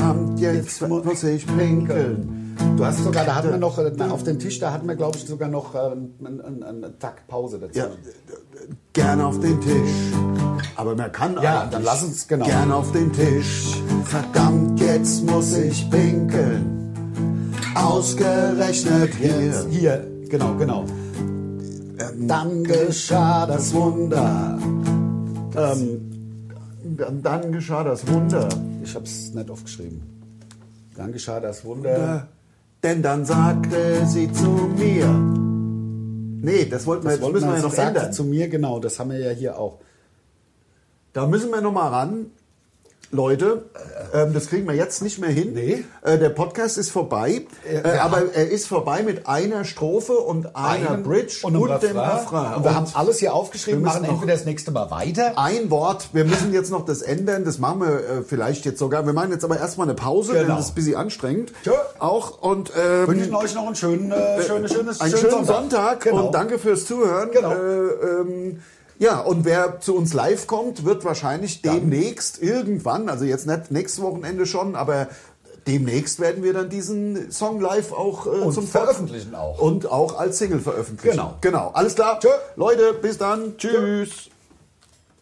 B: Kommt, jetzt muss ich pinkeln.
C: Du hast sogar, da hatten wir noch, äh, auf dem Tisch, da hatten wir, glaube ich, sogar noch äh, einen, einen, einen Tag Pause
B: Ja,
C: dazwischen.
B: gern auf den Tisch. Aber man kann
C: Ja,
B: eigentlich
C: dann lass uns, genau.
B: Gern auf den Tisch. Verdammt, jetzt muss ich pinkeln. Ausgerechnet hier. Ähm,
C: Jetzt hier, genau, genau.
B: Dann geschah das Wunder. Ähm, dann geschah das Wunder.
C: Ich hab's nicht aufgeschrieben. Dann geschah das Wunder.
B: Äh, Denn dann sagte sie zu mir. Nee, das wollten wir,
C: Das
B: jetzt müssen wir ja noch
C: sagte
B: ändern.
C: zu mir, genau, das haben wir ja hier auch.
B: Da müssen wir noch mal ran. Leute, ähm, das kriegen wir jetzt nicht mehr hin.
C: Nee.
B: Äh, der Podcast ist vorbei,
C: Ja,
B: äh,
C: wir
B: aber er ist vorbei mit einer Strophe und einer
C: Einem-
B: Bridge
C: und, einem
B: dem
C: Refrain.
B: Refrain.
C: Und wir
B: Und
C: haben alles hier aufgeschrieben,
B: wir müssen
C: machen
B: noch-
C: entweder das nächste Mal weiter.
B: ein Wort. Wir müssen jetzt noch das ändern. Das machen wir äh, vielleicht jetzt sogar. Wir machen jetzt aber erstmal eine Pause, denn
C: Genau.
B: das ist ein bisschen anstrengend.
C: Tschö.
B: Auch und ähm,
C: Wünschen euch noch einen schönen, äh, schönes, schönes,
B: einen schönen Sonntag,
C: Genau.
B: und danke fürs Zuhören.
C: Genau.
B: Äh, ähm, ja, und wer zu uns live kommt, wird wahrscheinlich demnächst irgendwann, also jetzt nicht nächstes Wochenende schon, aber demnächst werden wir dann diesen Song live auch äh,
C: Und
B: zum
C: veröffentlichen auch.
B: Und auch als Single veröffentlichen.
C: Genau.
B: Genau. Alles klar.
C: Tschö.
B: Leute, bis dann. Tschüss.